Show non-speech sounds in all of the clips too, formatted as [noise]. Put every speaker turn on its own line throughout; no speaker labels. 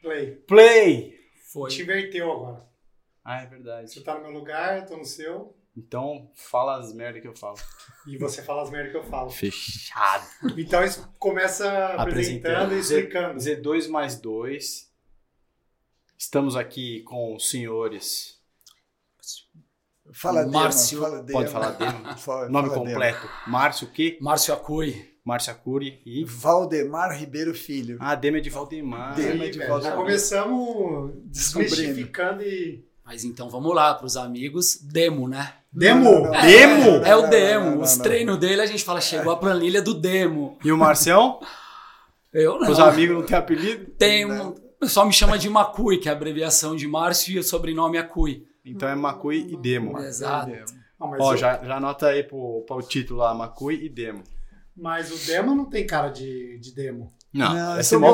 play.
Play!
Foi.
Te inverteu agora.
Ah, é verdade.
Você tá no meu lugar, eu tô no seu.
Então, fala as merda que eu falo.
E você fala as merdas que eu falo.
Fechado.
Então isso começa apresentando
Apresentando.
e explicando.
Z2 mais 2. Estamos aqui com os senhores.
Fala
Márcio.
Dema, fala
[laughs]
Dema.
Pode falar dele?
Fala-
Nome
fala
completo. Márcio o quê?
Márcio Acui.
Márcio Acuri e...
Dema. Valdemar Ribeiro Filho.
Ah, Dema é de Valdemar.
Sim,
Dema de
velho,
volta.
é Já começamos
Descobrindo.
desmistificando e.
Mas então vamos lá, pros amigos. Demo, né?
Demo!
Não, não, não.
Demo?
Não, não,
é o
não,
demo.
não, não,
Os
não.
treinos dele a gente fala, chegou a planilha do demo.
E o Marcião?
Eu não.
Os amigos não têm apelido?
Tem um- O pessoal me chama de Macui, que é a abreviação de Márcio e o sobrenome Acui.
Então é Macui e Demo.
Exato.
Ah, mas,
Ó,
o,
já, já anota aí pro, pro título lá, Macui e Demo.
mas o demo não tem cara de, de demo.
Não,
Não,
esse é
sou
mó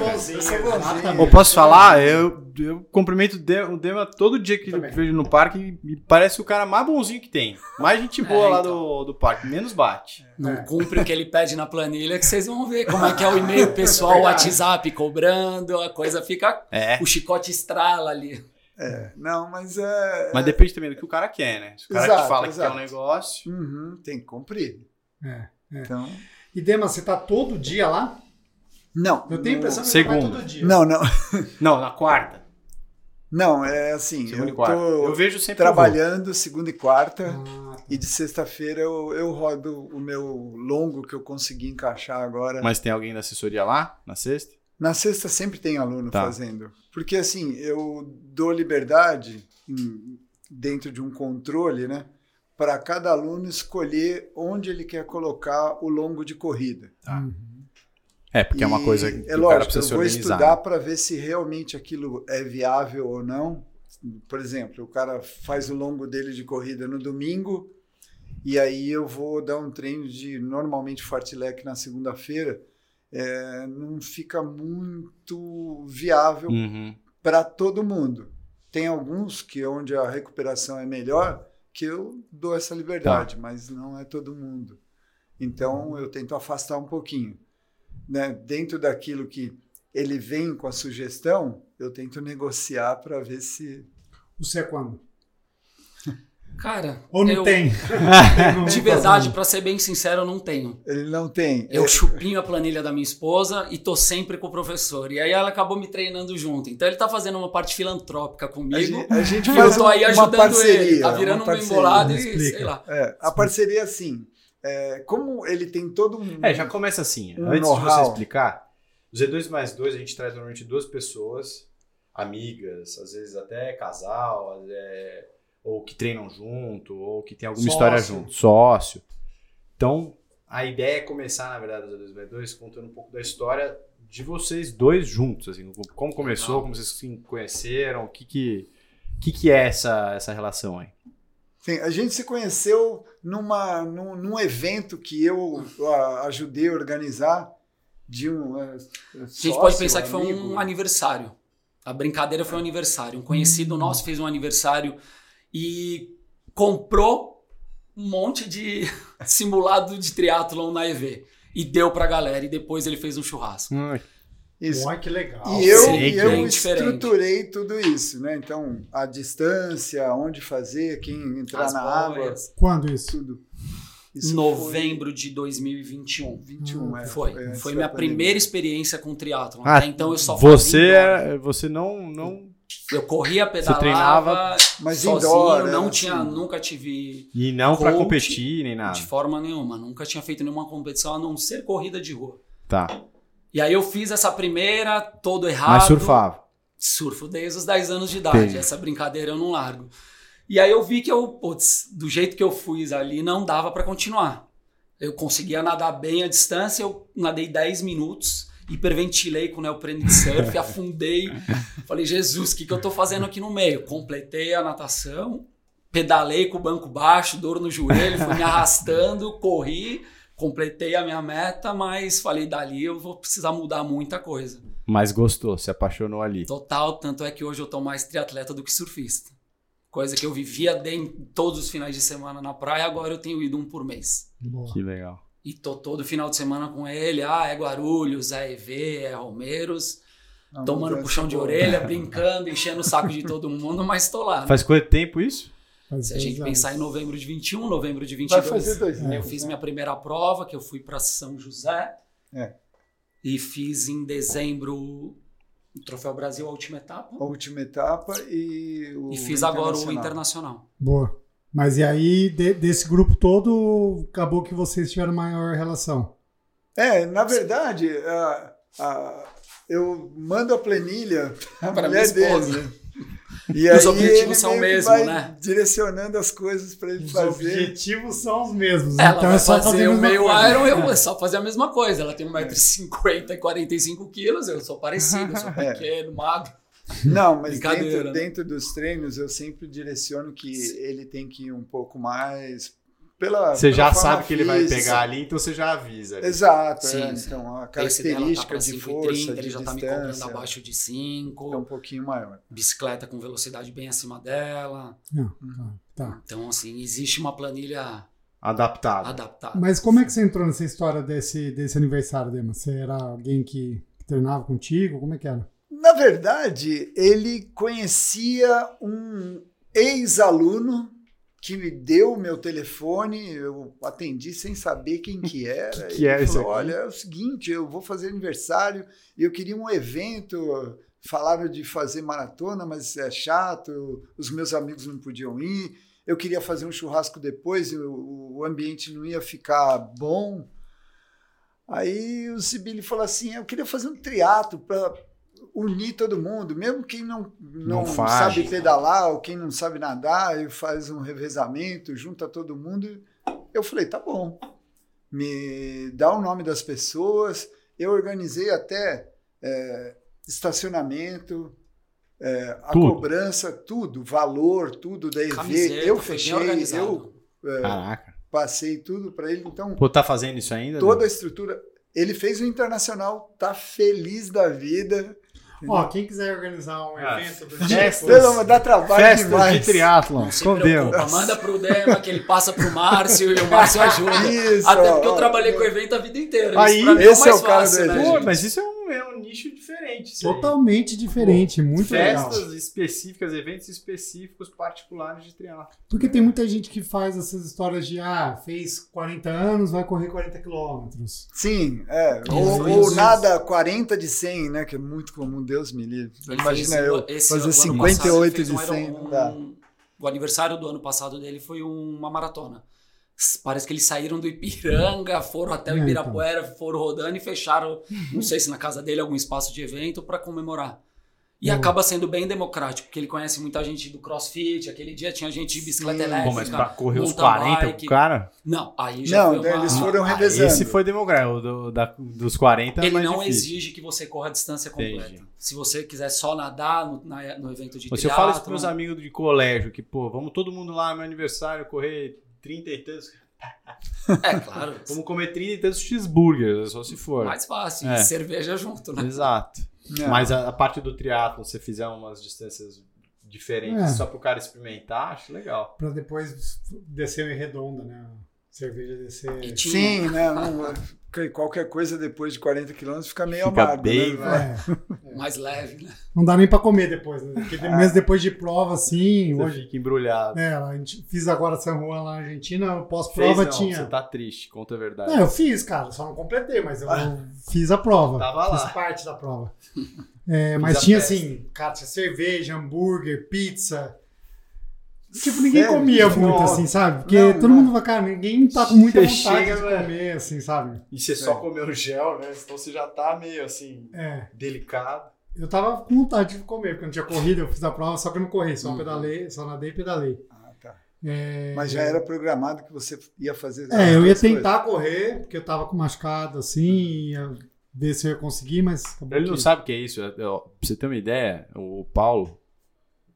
bonzinho, cara.
bonzinho.
Eu sou bonzinho.
exatamente.
Eu posso falar, eu, eu cumprimento o Dema, o Dema todo dia que
Também.
eu vejo no parque e parece o cara mais bonzinho que tem. Mais
[laughs]
gente boa
É,
lá
então.
do, do parque, menos bate.
Não
É.
cumpre o que ele pede na planilha, que vocês vão ver como é que é o e-mail pessoal, o
Verdade.
WhatsApp cobrando, a coisa fica.
É.
O chicote estrala ali.
É, não, mas é.
Mas depende também do que o cara quer, né? Se o cara te
Exato,
fala
exato.
que quer um negócio.
Uhum, tem que cumprir.
É.
Então.
E Dema, você tá todo dia lá?
Não.
Eu tenho a
não-
impressão que
Segunda.
você vai todo dia.
Não, não.
Não, na quarta.
Não, é assim.
Segunda e
Eu
quarta.
tô
Eu vejo sempre.
trabalhando segunda e quarta.
Ah, tá.
E de sexta-feira eu, eu rodo o meu longo que eu consegui encaixar agora.
o voo. Mas tem alguém da assessoria lá, na sexta?
Na sexta sempre tem aluno
Tá.
fazendo. Porque assim, eu dou liberdade em- dentro de um controle, né? Para cada aluno escolher onde ele quer colocar o longo de corrida.
Tá. É, porque é uma
E
coisa que
é
o cara
lógico,
precisa se
eu vou
organizar. né?
estudar para ver se realmente aquilo é viável ou não. Por exemplo, o cara faz o longo dele de corrida no domingo e aí eu vou dar um treino de normalmente fartlek na segunda-feira. É, não fica muito viável
Uhum.
para todo mundo. Tem alguns que onde a recuperação é melhor que eu dou essa liberdade,
Tá.
mas não é todo mundo. Então eu tento afastar um pouquinho, né? Dentro daquilo que ele vem com a sugestão, eu tento negociar para ver se
O seu é quando?
Cara,
Ou não
eu, [laughs]
tem? né?
de verdade, pra ser bem sincero, eu não tenho.
ele não tem.
Eu chupinho a planilha da minha esposa e tô sempre com o professor. E aí ela acabou me treinando junto. Então ele tá fazendo uma parte filantrópica
a
comigo.
gente, a gente
E
faz
eu tô aí
uma
ajudando
parceria,
ele. Tá
uma
virando um
parceria,
embolado e
explica.
sei lá.
É, a parceria assim, é, como ele tem todo um
É, já começa assim.
Um
Antes de você
know-how.
explicar, o Z2 mais 2 a gente traz normalmente duas pessoas, amigas, às vezes até casal, é, ou que treinam junto, ou que tem alguma
Sócio.
história junto, sócio. Então, a ideia é começar, na verdade, o Z2 mais 2 contando um pouco da história de vocês dois juntos, assim, como começou,
Legal.
como vocês se conheceram, o que que, o que, que é essa, essa relação aí?
Sim, a gente se conheceu numa, num, num evento que eu a- ajudei a organizar de um. A
A gente pode pensar que foi um aniversário. A brincadeira foi um aniversário. Um conhecido nosso fez um aniversário e comprou um monte de [laughs] simulado de triatlon na EV. E deu pra galera. E depois ele fez um churrasco.
Isso.
Olha que legal.
E eu,
Sim,
e
que
eu
é
diferente.
estruturei tudo isso, né? Então, a distância, onde fazer, quem entrar
As
na água,
boias.
Quando isso?
tudo. Isso
Novembro de 2021.
foi 21, é,
Foi. Foi,
antes
minha
da pandemia.
primeira experiência com triatlon.
Ah,
Até então eu só fazia
Você,
indoor.
é- você não, não...
Eu corria, pedalava,
treinava
Mas
sozinho,
indoor,
não
era
tinha,
assim.
nunca tive
E não pra
Coach
competir nem nada.
de forma nenhuma, nunca tinha feito nenhuma competição a não ser corrida de rua.
Tá.
E aí eu fiz essa primeira, todo errado.
Mas surfava.
Surfo desde os 10 anos de idade,
Entendi.
essa brincadeira eu não largo. E aí eu vi que eu, putz, do jeito que eu fui ali, não dava pra continuar. Eu conseguia nadar bem a distância, eu nadei 10 minutos, hiperventilei com o neoprene de surf, afundei. Falei, Jesus, o que, que eu tô fazendo aqui no meio? Completei a natação, pedalei com o banco baixo, dor no joelho, fui me arrastando, corri, completei a minha meta, mas falei, dali eu vou precisar mudar muita coisa.
Mas gostou, se apaixonou ali.
Total, tanto é que hoje eu tô mais triatleta do que surfista. Coisa que eu vivia de- todos os finais de semana na praia, agora eu tenho ido um por mês.
Boa.
Que legal.
E tô todo final de semana com ele, ah, é Guarulhos, é EV, é Romeiros.
Uma
tomando
mudança
puxão de
boa. [laughs]
orelha, brincando, enchendo o saco de todo mundo, mas tô lá. né?
Faz quanto tempo isso?
Faz
Se a
dois
gente
anos.
pensar em novembro de 21, novembro de
Vai
22.
fazer dois
Eu
anos. né?
fiz minha primeira prova, que eu fui para São José.
É.
E fiz em dezembro o Troféu Brasil, a última etapa.
A última etapa e o.
e fiz agora o
internacional.
Internacional.
Boa. Mas e aí, de- desse grupo todo, acabou que vocês tiveram maior relação.
É, na verdade, a- a- eu mando
[laughs]
a planilha para
Pra
a
minha
mulher
esposa.
dele. né? E
Os
aí
objetivos
ele
são o
meio que
mesmo,
vai
né?
Direcionando as coisas para ele
Os
fazer.
objetivos são os mesmos.
Ela
então
vai
é só
fazer
a
o
mesma
meio
coisa. É.
Iron, eu é só fazer a mesma coisa. Ela tem 1,50m e 45kg, eu sou parecido,
[laughs]
eu sou
É.
pequeno, magro.
Não, mas
Brincadeira,
dentro,
né?
dentro dos treinos eu sempre direciono que ele tem que ir um pouco mais
Ah,
pela.
Você
pela
já
forma
sabe que ele vai
física.
pegar ali, então você já avisa. ali.
Exato,
Sim,
é,
sim.
então a
Esse dela tá
característica
pra
de
5,30,
força, de
ele já tá me comprando
distância,
abaixo de
é
5,
um pouquinho maior.
bicicleta com velocidade bem acima dela.
Tá.
Então, assim, existe uma planilha
Adaptado.
adaptada.
Mas como é que você entrou nessa história desse, desse aniversário, Dema? Você era alguém que treinava contigo? Como é que era?
Na verdade, ele conhecia um ex-aluno que me deu o meu telefone, eu atendi sem saber quem que
[laughs]
era.
Que que é
Ele
isso
falou,
aqui?
Olha, é o seguinte, eu vou fazer aniversário e eu queria um evento. Falaram de fazer maratona, mas é chato, os meus amigos não podiam ir. Eu queria fazer um churrasco depois, e o, o ambiente não ia ficar bom. Aí o Sibili falou assim: eu queria fazer um triatlo para unir todo mundo, mesmo quem não, não,
Não faz.
sabe pedalar ou quem não sabe nadar, e faz um revezamento, junta todo mundo. Eu falei: tá bom, me dá o nome das pessoas. Eu organizei até eh, estacionamento, eh, a
Tudo.
cobrança, tudo, valor, tudo da EV.
Camiseta,
eu
foi bem
fechei,
organizado.
eu
É.
Caraca.
passei tudo para ele. Então,
Pô, tá fazendo isso ainda?
toda
né?
a estrutura. Ele fez o internacional, tá feliz da vida.
Ó, quem quiser organizar um
Ah,
evento do
Pelo amor, dá trabalho
Festa
demais.
de triatlon.
Não se
Escondeu.
preocupa, manda pro Dema que ele passa pro Márcio e o Márcio ajuda.
[laughs] Isso,
Até
ó,
porque eu
ó.
trabalhei com o evento a vida inteira.
Aí,
Isso pra mim
esse é o cara do evento.
Pô,
gente?
mas isso é um, é um nicho diferente. isso aí.
Totalmente diferente, muito legal.
Festas específicas, eventos específicos, particulares de triatlon.
Porque tem muita gente que faz essas histórias de, ah, fez 40 anos, vai correr 40 quilômetros.
Sim, é. Ou,
Isso,
ou
isso.
nada 40 de 100, né? Que é muito comum, Deus me livre.
Ele
Imagina
fez
eu
o- esse
fazer
ano- o ano passado ele
58
fez
de
um
100,
Iron-
não dá.
Tá.
O aniversário do ano passado dele foi uma maratona. S- Parece que eles saíram do Ipiranga, foram até o
É, então.
Ibirapuera, foram rodando e fecharam, não sei se na casa dele, algum espaço de evento para comemorar. E
É.
Boa.
acaba sendo bem democrático, porque ele conhece muita gente do crossfit. Aquele dia tinha gente de bicicleta
Sim.
Pô,
elétrica.
mas pra correr os
É, mountain
40 com
bike.
o cara,
Não, aí já
Não,
foi
então
uma- Ah,
eles foram
aí
revezando.
esse foi demográfico. O do- da- dos 40 é
Ele
mais
não
difícil.
exige que você corra a distância completa.
Entendi.
Se você quiser só nadar no, na- no evento de
Você fala isso
triatlon,
pros meus amigos de colégio, que, pô, vamos todo mundo lá no meu aniversário correr 30 e tantos.
É claro.
[laughs] Vamos comer 30 e tantos cheeseburgers, é só se for.
mais fácil.
É.
E cerveja junto, né?
Exato.
É.
Não.
Mas a, a parte do triatlo, você fizer umas distâncias diferentes
É.
só pro cara experimentar, acho legal.
Pra depois descer em redonda, né? Cerveja descer.
E tinha-
Sim, né? não- que- qualquer coisa depois de 40 quilômetros fica meio
Fica
amargo.
bem-
né?
É,
Mais leve, né?
não dá nem pra comer depois, né? Porque mesmo depois de prova, assim,
É. Você
hoje.
fica embrulhado.
É, a gente fiz agora San Juan lá na Argentina,
Fez,
pós-prova
não,
É, tinha.
você tá triste, conta a verdade.
É, eu fiz, cara, só não completei, mas
[laughs]
eu fiz a prova.
Tava lá.
Fiz parte da
[laughs]
prova. É, mas
a
tinha
festa.
assim, cara, tinha cerveja, hambúrguer, pizza. Tipo, ninguém
Sério?
comia
Nossa.
muito, assim, sabe? Porque
Não,
todo
não.
mundo vai, cara, ninguém tá com muita
Você
vontade
chega, né?"
de
velho.
comer, assim, sabe?
E você só comeu gel, né? Então você já tá meio assim,
É.
delicado.
Eu tava com vontade de comer, porque não tinha corrida, eu fiz a prova, só que eu não corri, só
Uhum.
pedalei, só nadei e pedalei.
Ah, tá.
É,
Mas já era programado que você ia fazer.
É, eu ia
essas coisas.
tentar correr, porque eu tava com machucado, assim, ia ver se eu ia conseguir, mas acabou
Ele não
que-
sabe o que é isso. é- ó, pra você ter uma ideia, o Paulo,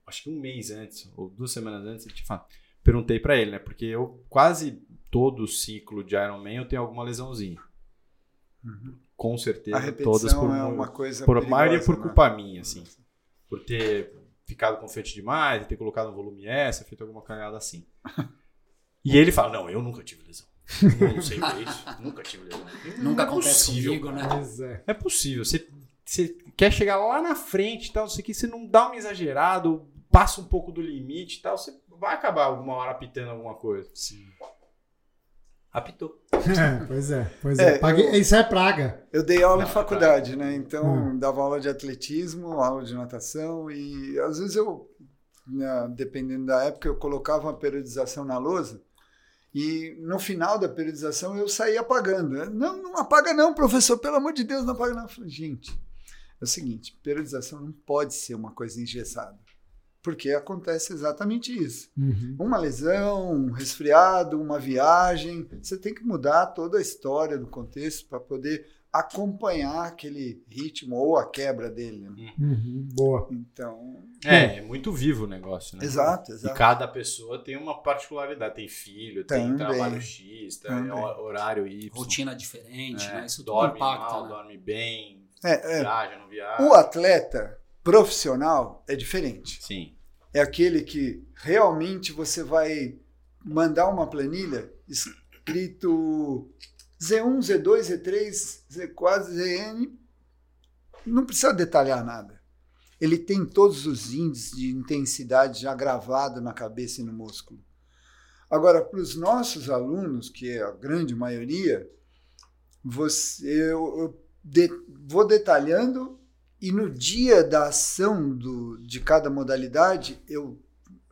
acho que um mês antes, ou duas semanas antes, eu te falo, perguntei pra ele, né? Porque eu quase todo ciclo de Iron Man eu tenho alguma lesãozinha. Com certeza,
A repetição
todas por,
é
mu-
uma coisa.
por a maioria
perigosa,
por
né?
culpa minha, assim. Por ter ficado com frente demais, ter colocado um volume S, feito alguma cagada assim. E ele fala: Não, eu nunca tive lesão. Eu não sei o que é isso. Nunca tive lesão.
Nunca
é
acontece
possível,
comigo, né?
Mas é. [laughs]
É possível. Você você quer chegar lá na frente e tal, isso aqui, você não dá um exagerado, passa um pouco do limite e tal, você vai acabar alguma hora apitando alguma coisa.
Sim. Apitou.
É, pois é, pois é.
É,
Pague-
eu-
Isso é praga.
Eu dei aula
Não,
em
tá.
faculdade, né? Então,
Hum.
dava aula de atletismo, aula de natação e às vezes eu, né, dependendo da época, eu colocava uma periodização na lousa e no final da periodização eu saía apagando. Eu, Não, não apaga não, professor, pelo amor de Deus, não apaga não. Eu falei, gente, é o seguinte, periodização não pode ser uma coisa engessada, porque acontece exatamente isso
Uhum.
uma lesão, um resfriado, uma viagem. Você tem que mudar toda a história do contexto para poder acompanhar aquele ritmo ou a quebra dele. né?
Uhum. Boa.
Então,
É, é muito vivo o negócio, né?
exato,
E
exato.
cada pessoa tem uma particularidade, tem filho, tem
Também.
trabalho X, tem
Também.
hor- horário Y.
Rotina diferente,
É,
né? Isso tudo
dorme
impacta.
mal,
né? [laughs]
dorme bem,
É, é.
viaja, não viaja.
O atleta profissional é diferente.
Sim.
É aquele que realmente você vai mandar uma planilha escrito Z1, Z2, Z3, Z4, ZN. Não precisa detalhar nada. Ele tem todos os índices de intensidade já gravado na cabeça e no músculo. Agora, para os nossos alunos, que é a grande maioria, você- eu, eu de- vou detalhando e no dia da ação do- de cada modalidade eu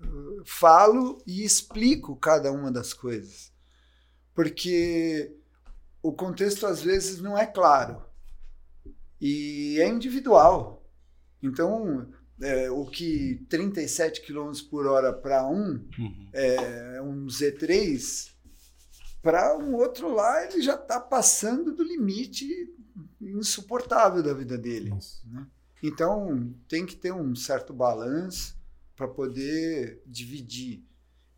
eh, falo e explico cada uma das coisas. Porque o contexto às vezes não é claro e é individual. Então, eh, o que 37 km por hora para um
Uhum.
é um Z3, para um outro lá ele já está passando do limite insuportável da vida dele.
Nossa.
Então tem que ter um certo balanço para poder dividir.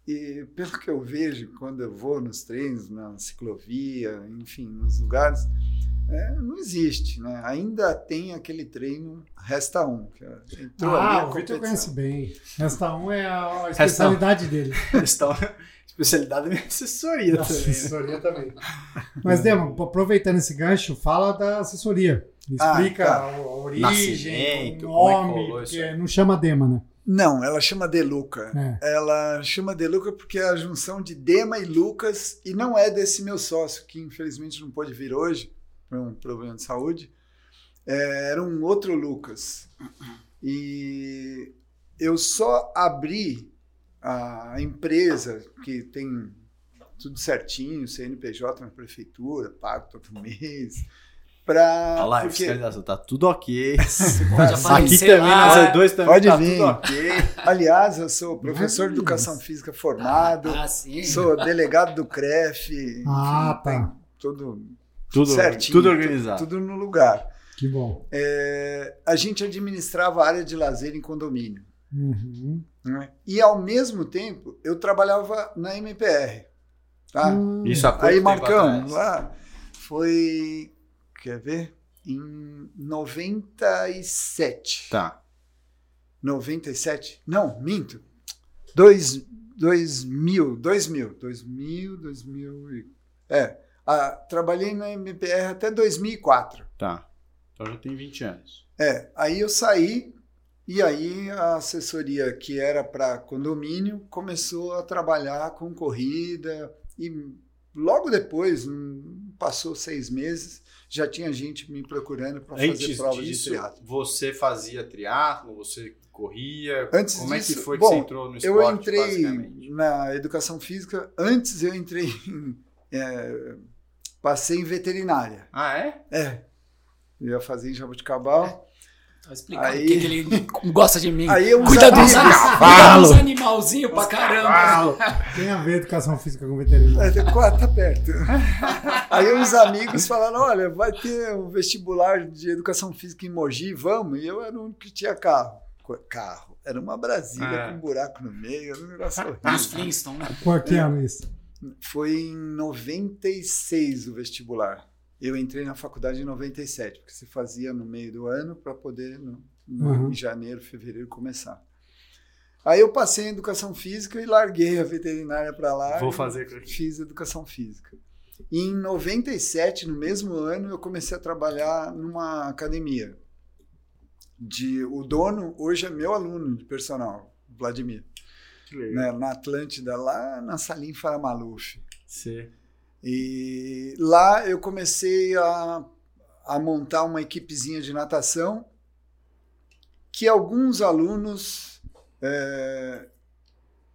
E pelo que eu vejo quando eu vou nos treinos, na ciclovia, enfim, nos lugares, é, não existe, né? Ainda tem aquele treino resta um. que é- entrou ali
Ah,
a
o Vitor
competição.
conhece bem. Resta um é a a especialidade dele. [laughs]
Especialidade é minha assessoria
Da assessoria também. né? Mas, Demo, aproveitando esse gancho, fala da assessoria.
Ah,
Explica
tá.
a, a origem,
Nascimento,
o
como é que
nome,
rolou isso
porque
aí?
não chama Dema, né?
Não, ela chama De Luca.
É.
Ela chama De Luca porque é a junção de Dema e Lucas, e não é desse meu sócio, que infelizmente não pôde vir hoje, por um problema de saúde. É, era um outro Lucas. E eu só abri a empresa, que tem tudo certinho, CNPJ na prefeitura, pago todo mês, para.
Olha lá, fiscalização, tá tudo ok.
Pode
Aqui
aparecer
também, né?
lá,
na Z2 também
Pode
tá
vir.
tudo ok. é
Aliás, eu sou professor
Maravilha.
de educação física formado.
Ah, sim.
Sou delegado do CREF. enfim,
Ah, tá.
Tudo
Tudo,
certinho.
tudo organizado.
Tudo no lugar.
Que bom.
É, a gente administrava a área de lazer em condomínio.
Uhum.
né? E, ao mesmo tempo, eu trabalhava na MPR. Tá?
Hum.
Isso há pouco
Aí,
tempo
Marcão,
atrás.
lá foi... Quer ver? Em 97.
Tá.
97? Não, minto. 2000, 2000, 2000, 2000 e... É, ah, trabalhei na MPR até 2004.
Tá. Então já tem 20 anos.
É, aí eu saí e aí a assessoria que era para condomínio começou a trabalhar com corrida e logo depois, hum, passou seis meses, já tinha gente me procurando para fazer
Antes
provas de
disso,
triatlo.
você fazia triatlo, você corria.
Antes
Como é que
disso,
foi que
bom,
você entrou no esporte,
Eu entrei
basicamente?
na educação física, antes eu entrei [laughs] em. eh, passei em veterinária.
Ah, é?
É. Eu ia fazer em Jabuticabal.
Tá explicando
Aí-
o que, que ele [laughs] gosta de mim.
Aí eu
Cuida dos,
usava-
cuida dos animalzinhos pra caramba.
Tem a ver educação física com veterinário.
Quatro, tá perto. Aí uns amigos falaram: olha, vai ter um vestibular de educação física em Mogi, vamos. E eu era o único que tinha carro. Co- Carro. Era uma Brasília
Ah.
com um buraco no meio, era um negócio
Os
horrível.
Flintstones, né?
Qual que ano isso?
Foi em 96 o vestibular. Eu entrei na faculdade em 97, porque se fazia no meio do ano para poder, no, no-
Uhum.
em janeiro, fevereiro, começar. Aí eu passei em educação física e larguei a veterinária para lá.
Ah, Vou
e
fazer.
Fiz educação física. E em 97, no mesmo ano, eu comecei a trabalhar numa academia. de o dono hoje é meu aluno de personal, Vladimir,
Que legal.
né, na Atlântida, lá na Salim Faramaluf.
Você-
E lá eu comecei a, a montar uma equipezinha de natação que alguns alunos eh,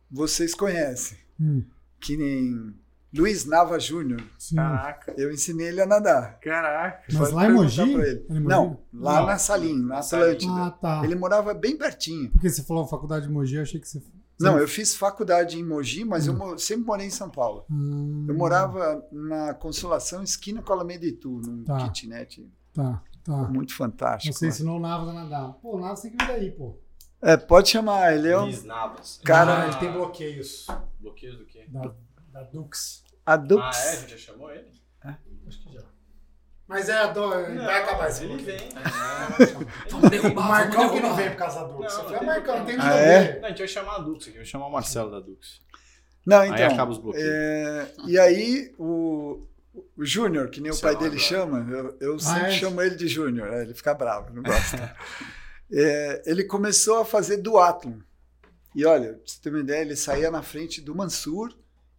vocês conhecem,
Hum,
que nem Luiz Nava Júnior.
sim.
Caraca,
Eu ensinei ele a nadar.
caraca.
Mas
Ah, Pode
lá em
perguntar
Mogi?
pra ele.
Ele é Mogi?
Não, lá
Não.
na Salim, na
Na Salim.
Atlântida.
Ah, tá.
Ele morava bem pertinho.
Porque você falou faculdade de Mogi, eu achei que você.
Não, eu fiz faculdade em Mogi, mas eu mo- sempre morei em São Paulo.
Hum,
Eu morava na Consolação, esquina com a Alameda Itu, num
Tá.
kitnet
Tá, tá.
muito fantástico.
Você
lá.
ensinou o Navas a nadar. Pô, o Navas tem que vir daí, pô. Ah,
É, pode chamar, ele é um...
Luiz Navas.
Cara,
Ah,
ele tem bloqueios
Bloqueio do quê?
da, da Dux.
A
Ah, é? A
Dux.
gente já chamou ele?
Acho que já. Mas é, do, vai acabar esse
ele
bloqueio.
vem.
É.
Vamos
O
derrubar, vamos
Marcão que
derrubar.
não veio por causa da Dux.
Não,
Não,
não
foi o
tem
Marcão, não
bloqueio.
tem nada
Ah,
a
é?
ver.
Não, a gente vai chamar a Dux aqui, vai chamar o Marcelo da Dux.
Não,
Aí
então.
acaba os bloqueios.
é, E aí, o, o Júnior, que nem o
Sei
pai
lá,
dele
agora.
chama, eu, eu sempre
é?
chamo ele de Júnior, é, ele fica bravo, não gosta. É, ele começou a fazer duatlon. E olha, pra você ter uma ideia, ele saía na frente do Mansur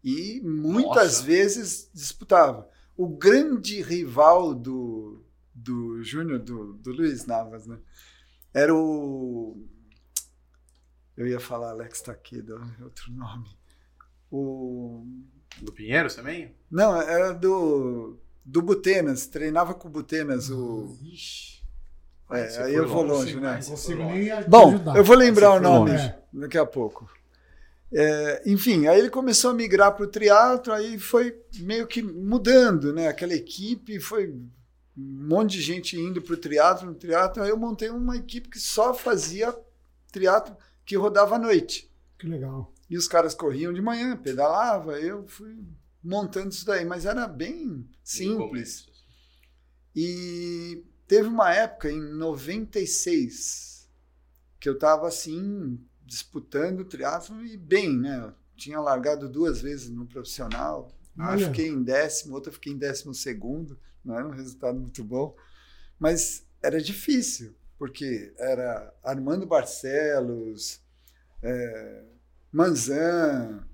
e muitas
Nossa.
vezes disputava. O grande rival do, do Júnior, do, do Luiz Navas, né? Era o. Eu ia falar Alex Taqueda, outro nome. O. é-
Do Pinheiros também?
Não, era do. Do Butenas, treinava com o Butenas. O,
Ixi,
é,
Você
aí
foi
eu vou
longe,
longe,
sim,
né?
mas-
não consigo nem aj-
Bom,
ajudar.
eu vou lembrar o
Você foi
nome
longe.
daqui a pouco. É, enfim, aí ele começou a migrar para o teatro, aí foi meio que mudando, né? Aquela equipe foi um monte de gente indo para o teatro, no teatro. Aí eu montei uma equipe que só fazia teatro, que rodava à noite.
Que legal.
E os caras corriam de manhã, pedalava, eu fui montando isso daí, mas era bem
é
simples. E teve uma época em 96 que eu estava assim disputando triatlo e bem, né? Eu tinha largado duas vezes no profissional. Ah,
Olha.
fiquei em décimo, outra fiquei em décimo segundo, não era um resultado muito bom, mas era difícil, porque era Armando Barcelos, eh, Manzan,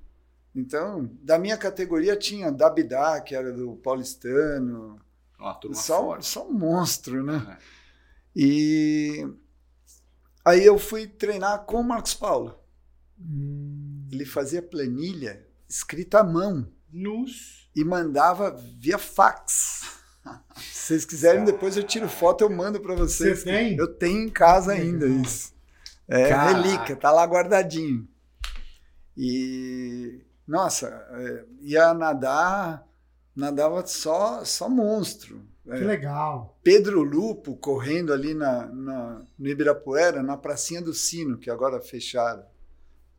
então, da minha categoria tinha Dabidá, que era do paulistano,
Ó, turma
só,
forte.
só um monstro, né? E aí eu fui treinar com o Marcos Paulo.
Hum,
Ele fazia planilha escrita à mão
Nos.
e mandava via fax. [laughs] Se vocês quiserem, depois eu tiro foto eu mando para vocês.
Você tem?
Eu tenho em casa ainda
Legal.
isso. É
Caraca.
relíquia, tá lá guardadinho. E nossa, é, ia nadar, nadava só só monstro. É,
que legal.
Pedro Lupo correndo ali na, na- no Ibirapuera, na pracinha do Sino, que agora fecharam,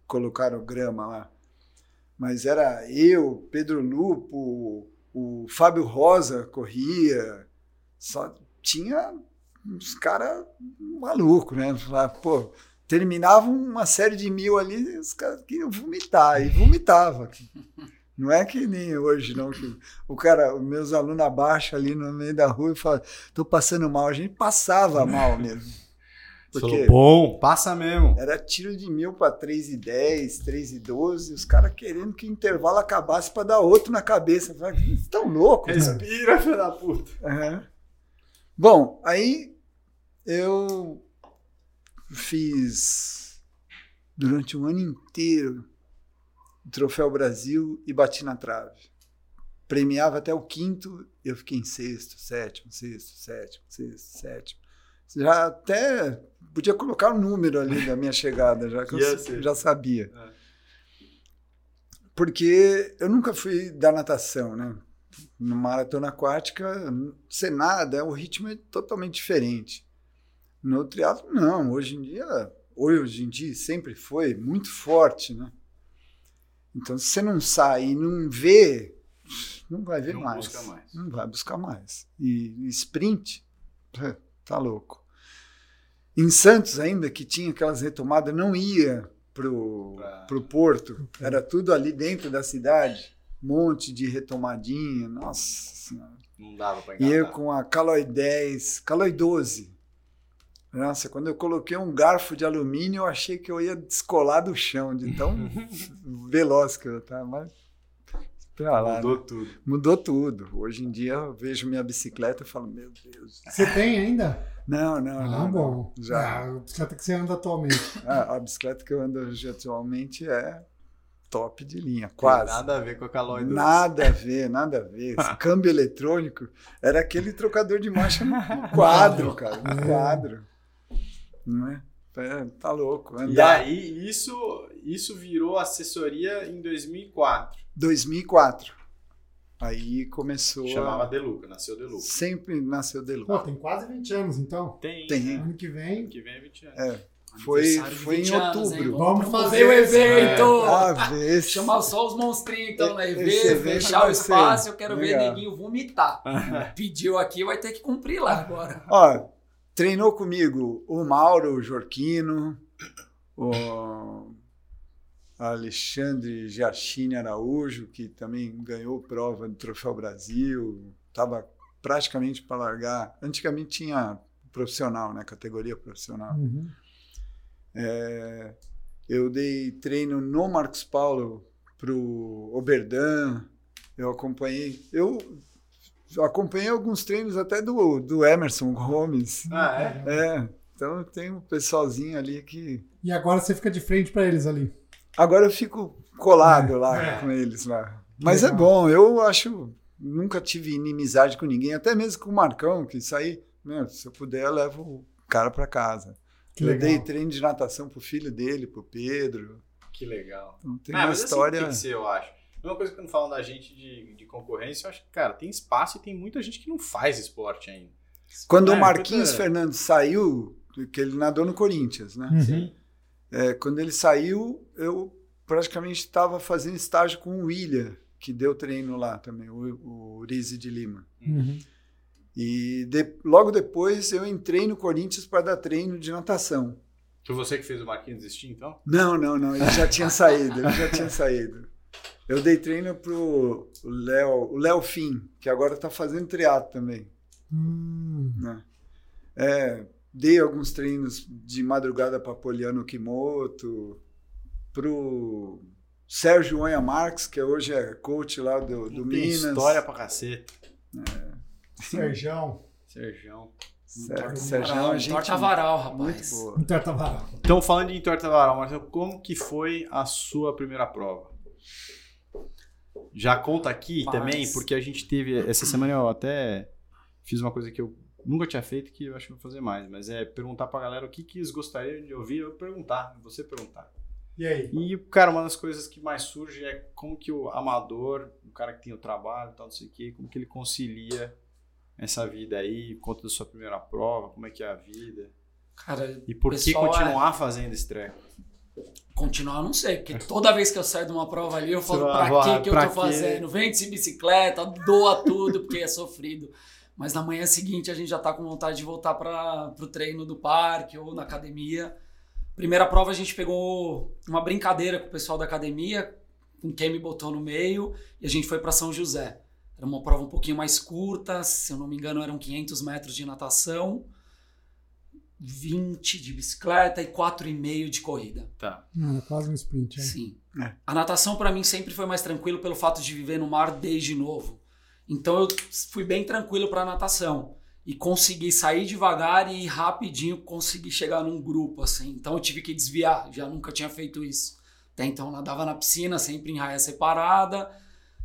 colocaram grama lá. Mas era eu, Pedro Lupo, o Fábio Rosa corria, só tinha uns caras malucos, né? Lá, pô, terminava uma série de mil ali, os caras queriam vomitar, e vomitava. Não é que nem hoje, não, que o cara, os meus alunos abaixam ali no meio da rua e falam, tô passando mal. A gente passava mal mesmo. Porque
Falou, bom, passa mesmo.
era tiro de mil para 3 e 10, 3 e 12, os caras querendo que o intervalo acabasse para dar outro na cabeça. Eu falava, Vocês estão loucos, cara. [laughs]
Respira, filho da puta.
Aham. Bom, aí eu fiz durante um ano inteiro o Troféu Brasil e bati na trave. Premiava até o quinto, eu fiquei em sexto, sétimo, sexto, sétimo, sexto, sétimo. Já até podia colocar o número ali da minha chegada, já que
[laughs]
eu
Ia
sa-
ser.
já sabia.
É.
Porque eu nunca fui da natação, né? no maratona aquática, você nada, o ritmo é totalmente diferente. No triatlo não, hoje em dia, hoje em dia sempre foi muito forte, né? Então se você não sai e não vê, não vai ver
Não
mais.
busca mais.
Não vai buscar mais. E sprint, tá louco. Em Santos ainda que tinha aquelas retomadas, não ia pro,
Pra-
pro Porto, era tudo ali dentro da cidade monte de retomadinha, nossa senhora.
Não dava pra
E eu
enganar.
com a Caloi 10, Caloi 12. Nossa, quando eu coloquei um garfo de alumínio, eu achei que eu ia descolar do chão, de tão veloz que eu estava. Mas pra lá,
Mudou
né?
tudo.
mudou tudo. Hoje em dia eu vejo minha bicicleta e falo, meu Deus.
Você tem ainda?
Não, não,
Ah,
não. não.
bom.
Já.
Ah, a bicicleta que você anda atualmente.
A, a bicicleta que eu ando hoje atualmente é top de linha, quase.
Tem Nada a ver com a calóide.
Nada a ver, nada a ver.
[laughs]
Esse câmbio eletrônico era aquele trocador de
[laughs]
marcha no quadro, cara. No
É.
quadro. Não é? É, Tá louco.
E
Andar.
aí, isso, isso virou assessoria em 2004.
2004. Aí começou.
Chamava
A...
Deluca, nasceu Deluca.
Sempre nasceu
Pô,
Deluca.
tem quase 20 anos, então.
Tem. né?
Tem.
Ano que vem.
Que vem é 20 [laughs] anos.
É. Foi,
Aniversário de
foi em
20 anos, hein?
outubro.
Vamos
promover o
fazer
evento!
Ah, vê se-
Chamar só os monstrinhos, então, né?
Esse
Ver,
evento
fechar o
vai ser
espaço, eu quero ver
legal.
neguinho vomitar.
Ah,
Pediu aqui, vai ter que cumprir lá agora.
Ó, treinou comigo o Mauro o Jorquino, o Alexandre Giachini Araújo, que também ganhou prova do Troféu Brasil, estava praticamente para largar. Antigamente tinha profissional, né? Categoria profissional.
Uhum.
É, eu dei treino no Marcos Paulo pro Oberdan. Eu acompanhei. Eu acompanhei alguns treinos até do, do Emerson Gomes.
Ah, é?
É, então tem um pessoalzinho ali que.
E agora você fica de frente pra eles ali.
Agora eu fico colado lá
É.
com eles lá. Mas é
legal.
bom, eu acho. Nunca tive inimizade com ninguém, até mesmo com o Marcão, que isso aí, né, se eu puder, eu levo o cara para casa.
Que
eu dei
legal.
treino de natação pro filho dele, pro Pedro.
Que legal.
Então tem
Ah,
uma
mas
história.
assim tem que ser, eu acho. Uma coisa que não falam da gente de, de concorrência, eu acho que, cara, tem espaço e tem muita gente que não faz esporte ainda.
Quando
É, Hum.
o Marquinhos
puta-
Fernandes saiu, que ele nadou no Corinthians, né?
Uhum.
É, quando ele saiu, eu praticamente estava fazendo estágio com o William, que deu treino lá também, o, o Urize de Lima.
Uhum.
E de- logo depois eu entrei no Corinthians para dar treino de natação.
Foi você que fez o Marquinhos desistir, então?
Não, não, não, ele já tinha saído, ele já tinha saído. Eu dei treino pro Léo, o Léo Fim, que agora está fazendo triatlo também.
Hum.
né? É, dei alguns treinos de madrugada para Poliano Kimoto, pro Sérgio Onha Marques, que hoje é coach lá do, do
tem
Minas.
história pra caceta.
Serjão.
Sergião.
Sér- Sérgio é uma gente
Torta varal,
muito
rapaz.
boa.
Então tá barato.
Então, falando de entorta varal, Marcelo, como que foi a sua primeira prova?
Já conta aqui
Mas-
também, porque a gente teve. Essa semana eu até fiz uma coisa que eu nunca tinha feito, que eu acho que vou fazer mais, mas é perguntar pra galera o que, que eles gostariam de ouvir, eu perguntar, você perguntar.
E aí?
E, cara, uma das coisas que mais surge é como que o amador, o cara que tem o trabalho e tal, não sei o quê, como que ele concilia essa vida aí, conta da sua primeira prova, como é que é a vida.
Cara,
E por
Pessoal, é.
que continuar fazendo esse treco?
continuar eu não sei, porque toda vez que eu saio de uma prova ali, eu falo,
vai
pra
voar,
que que eu
"Ah, pra
tô
quê?"
fazendo? Vende-se bicicleta, doa tudo, porque é sofrido. Mas na manhã seguinte a gente já tá com vontade de voltar para pro treino do parque ou na academia. Primeira prova a gente pegou uma brincadeira com o pessoal da academia, com quem me botou no meio, e a gente foi para São José. Era uma prova um pouquinho mais curta, se eu não me engano eram 500 metros de natação, 20 de bicicleta e 4,5 de corrida.
Não, é quase um sprint. É.
Sim.
É.
A natação pra mim sempre foi mais tranquilo pelo fato de viver no mar desde novo. Então eu fui bem tranquilo pra natação e consegui sair devagar e rapidinho consegui chegar num grupo assim. Então eu tive que desviar, já nunca tinha feito isso. Até então eu nadava na piscina, sempre em raia separada.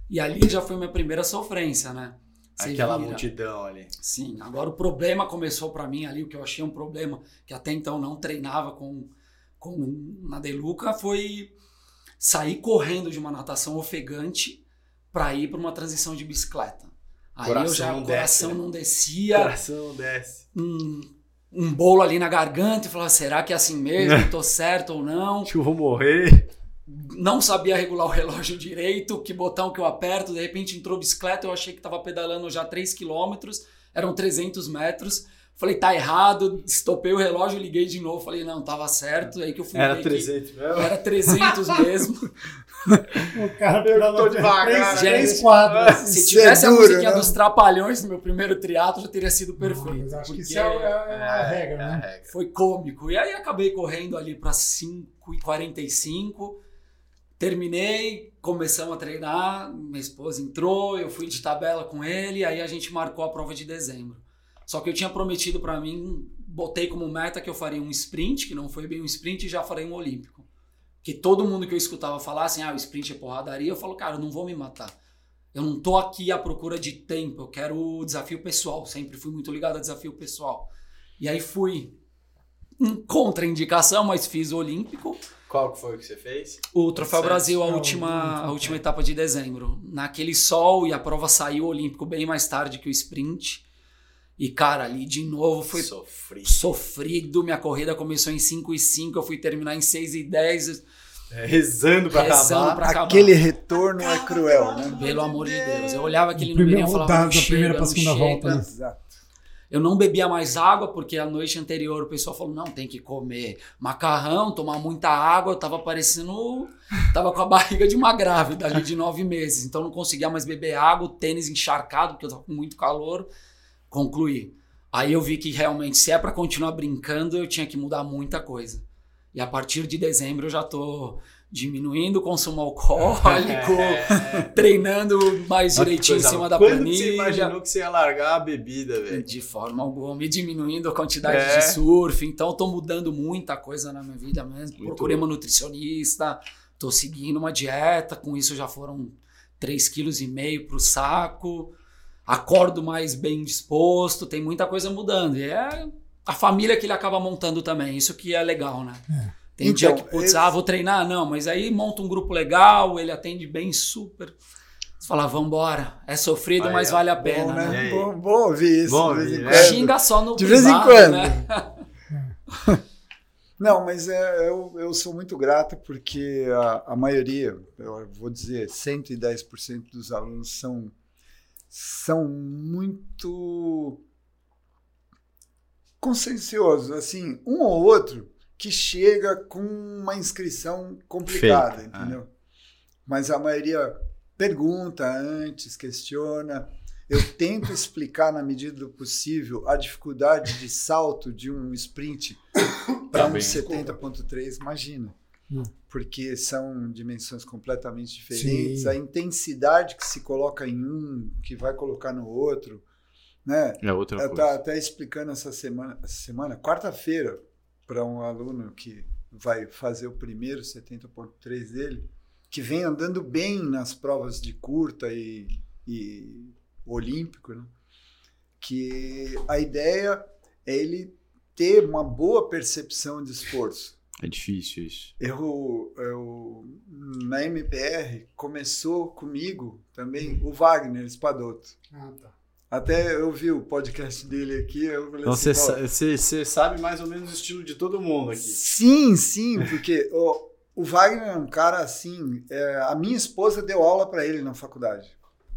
E ali já foi minha primeira sofrência, né? Você
Aquela
vira.
multidão ali.
Sim, agora o problema começou para mim ali, o que eu achei um problema, que até então não treinava com, com na Deluca, foi sair correndo de uma natação ofegante para ir para uma transição de bicicleta. Aí eu
Coração
já,
não
o coração
desce, né?
não
O
descia,
coração desce.
um, um bolo ali na garganta e falava, será que é assim mesmo? Tô certo ou não?
Acho que eu vou morrer.
não sabia regular o relógio direito, que botão que eu aperto, de repente entrou bicicleta, eu achei que estava pedalando já 3 km, eram 300 metros, Falei, tá errado, estopei o relógio, liguei de novo. Falei, não, tava certo. Aí que eu fui
Era
ver que
300
[laughs]
mesmo?
Era 300
[laughs]
mesmo.
O cara
Eu
pegava
tô devagar,
três,
né?
três quadros.
Se tivesse a
duro,
musiquinha
né?
dos Trapalhões no meu primeiro triatlo, já teria sido perfeito.
Mas acho que
porque
isso é, é- é a regra,
é a
né?
regra.
Foi cômico. E aí acabei correndo ali para 5h45. Terminei, começamos a treinar. Minha esposa entrou, eu fui de tabela com ele. Aí a gente marcou a prova de dezembro. Só que eu tinha prometido para mim, botei como meta que eu faria um sprint, que não foi bem um sprint, e já farei um olímpico. Que todo mundo que eu escutava falar assim, ah, o sprint é porradaria, eu falo, cara, eu não vou me matar. Eu não tô aqui à procura de tempo, eu quero o desafio pessoal. Sempre fui muito ligado a desafio pessoal. E aí fui. Hum, Contraindicação, mas fiz o Olímpico. um
Qual que foi que você fez?
O Troféu
Certo.
Brasil, a
É, o
última,
Olímpico,
a última etapa de dezembro. Naquele sol e a prova saiu o Olímpico bem mais tarde que o sprint. E, cara, ali de novo
[laughs]
foi
Sofri.
sofrido. Minha corrida começou em 5 e 5, eu fui terminar em 6 e 10,
É, rezando pra
rezando
acabar.
pra acabar.
Aquele retorno é cruel, né?
Pelo amor de Deus. Eu olhava aquele
Primeira
número e falava,
rodada,
não
da primeira
chega,
pra
não
segunda
chega.
volta, né?
Exato.
Eu não bebia mais água, porque a noite anterior o pessoal falou, não, tem que comer macarrão, tomar muita água. Eu tava parecendo... Tava com a [laughs] barriga de uma grávida ali de nove meses. Então não conseguia mais beber água, o tênis encharcado, porque eu tava com muito calor. Concluí. Aí eu vi que realmente, se é pra continuar brincando, eu tinha que mudar muita coisa. E a partir de dezembro eu já tô diminuindo o consumo
[laughs]
alcoólico, treinando mais
Olha que
direitinho um em
É, coisa
cima
boa.
da
Quando que
planilha.
você imaginou que você ia largar a bebida, velho?
De forma alguma, e diminuindo a quantidade
É.
de surf. Então, tô mudando muita coisa na minha vida mesmo.
Muito
Procurei uma nutricionista, tô seguindo uma dieta. Com isso, já foram 3,5 kg pro saco. Acordo mais bem disposto, tem muita coisa mudando. E é a família que ele acaba montando também. Isso que é legal, né? Tem dia
Então,
que, putz,
esse-
ah, vou treinar. Não, mas aí monta um grupo legal, ele atende bem, super. Você fala, vambora. É sofrido,
Aí,
mas
ó.
vale a pena,
Bom,
né?
E
né?
aí?
Bom, bom ouvir isso.
Bom
de vez
ouvir,
em
né?
quando.
Xinga só no
É. De vez em
privado,
quando.
né?
Não, mas é, eu, eu sou muito grato porque a, a maioria, eu vou dizer, 110% dos alunos são, são muito conscienciosos. Assim, um ou outro que chega com uma inscrição complicada,
Feita,
entendeu? Mas a maioria pergunta antes, questiona. Eu tento explicar na medida do possível a dificuldade de salto de um sprint para
Tá
um
bem.
70.3, imagina.
Hum.
Porque são dimensões completamente diferentes,
Sim.
a intensidade que se coloca em um, que vai colocar no outro, né?
É outra
Eu
coisa.
estava até explicando essa semana, essa semana quarta-feira, para um aluno que vai fazer o primeiro 70.3 dele, que vem andando bem nas provas de curta e, e olímpico, né? que a ideia é ele ter uma boa percepção de esforço.
É difícil isso.
Eu, eu na MPR começou comigo também o Wagner Spadotto.
Ah, tá.
Até eu vi o podcast dele aqui, eu falei
Então
assim,
você
"Pô,
sa- você- você sabe mais ou menos o estilo de todo mundo aqui.
Sim, sim, porque o, o Wagner é um cara assim. é, a minha esposa deu aula para ele na faculdade.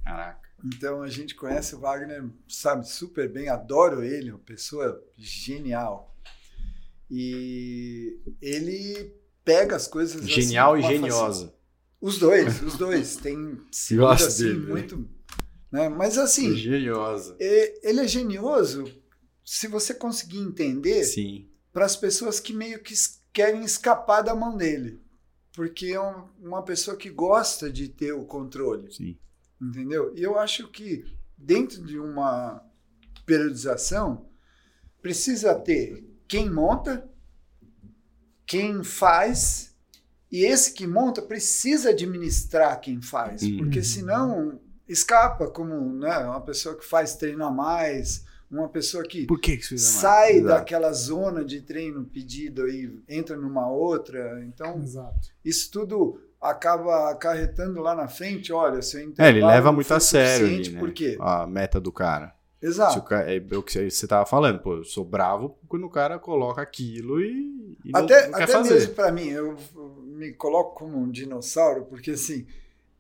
Caraca.
Então a gente conhece o Wagner, sabe, super bem, adoro ele, uma pessoa genial. E ele pega as coisas assim,
Genial
com
e
uma
geniosa.
faci- Os dois, os dois.
[laughs]
Tem seguido
Gosto
assim
dele, né? é
muito. Né? Mas assim,
Geniosa.
e- ele é genioso se você conseguir entender
Sim.
para as pessoas que meio que es- querem escapar da mão dele. Porque é um- uma pessoa que gosta de ter o controle,
Sim.
entendeu? E eu acho que dentro de uma periodização, precisa ter quem monta, quem faz, e esse que monta precisa administrar quem faz,
Uhum.
porque senão escapa, como né, uma pessoa que faz treino a mais, uma pessoa que
Por que que você
sai
Exato.
daquela zona de treino pedido e entra numa outra. Então,
Exato.
isso tudo acaba acarretando lá na frente. Olha, seu
É,
intervalo
ele leva
não
muito
foi
a sério
suficiente,
ali, né?
Por quê? Tá.
A meta do cara. Se o
Exato.
cara é, é o que você tava falando, pô, eu sou bravo quando o cara coloca aquilo e, e não-
Até,
não, quer
até
fazer.
mesmo para mim, eu me coloco como um dinossauro, porque assim,